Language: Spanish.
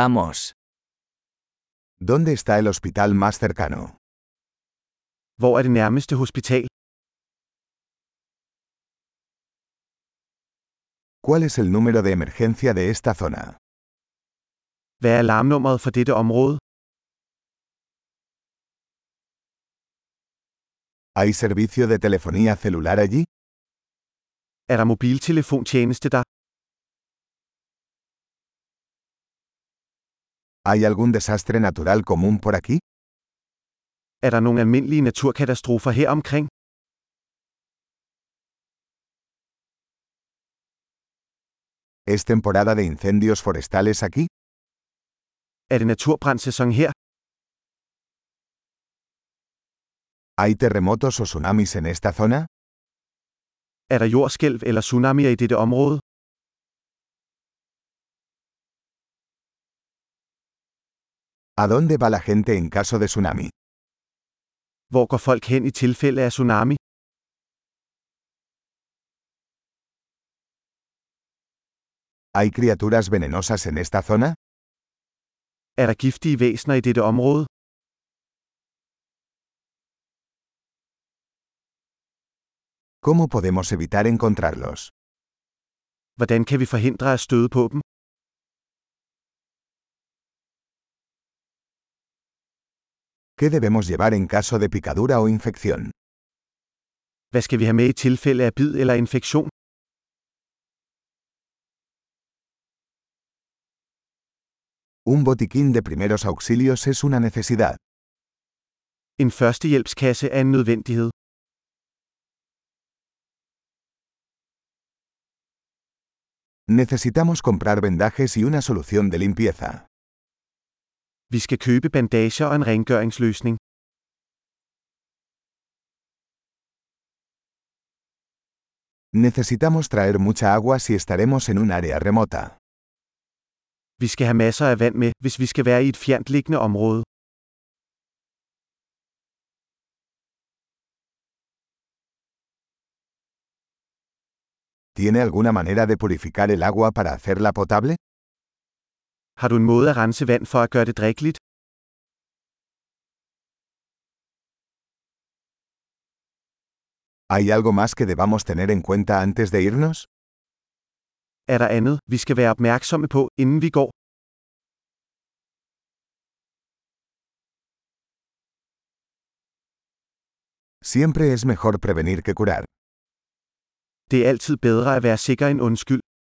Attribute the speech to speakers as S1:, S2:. S1: Vamos.
S2: ¿Dónde está el hospital más cercano?
S3: Hvor er det nærmeste hospital?
S2: ¿Cuál es el número de emergencia de esta zona?
S3: Hvad er alarmnummeret for dette område?
S2: ¿Hay servicio de telefonía celular allí?
S3: Er der mobiltelefontjeneste der?
S2: ¿Hay algún desastre natural común por aquí?
S3: Er der nogle almindelige naturkatastrofer her omkring?
S2: ¿Es temporada de incendios forestales aquí?
S3: Er det naturbrandssæson her?
S2: ¿Hay terremotos o tsunamis en esta zona?
S3: Er der jordskælv eller tsunamier i dette område?
S2: ¿A dónde va la gente en caso de tsunami?
S3: Hvor går folk hen i tilfælde af tsunami?
S2: ¿Hay criaturas venenosas en esta zona?
S3: Er der giftige væsener i dette område?
S2: ¿Cómo podemos evitar encontrarlos?
S3: Hvordan kan vi forhindre at støde på dem?
S2: ¿Qué debemos llevar en caso de picadura o infección?
S3: Hvad skal vi have med i tilfælde af bid eller infektion?
S2: Un botiquín de primeros auxilios es una necesidad.
S3: En førstehjælpskasse er en nødvendighed.
S2: Necesitamos comprar vendajes y una solución de limpieza.
S3: Vi skal købe bandager og en rengøringsløsning.
S2: Necesitamos traer mucha agua si estaremos en un área remota.
S3: Vi skal have masser af vand med, hvis vi skal være i et fjernt liggende område.
S2: ¿Tiene alguna manera de purificar el agua para hacerla potable?
S3: Har du en måde at rense vand for at gøre det drikkeligt?
S2: ¿Hay algo más que debamos tener en cuenta antes de irnos?
S3: Er der andet, vi skal være opmærksomme på, inden vi går?
S2: Siempre es mejor prevenir que curar.
S3: Det er altid bedre at være sikker end undskyld.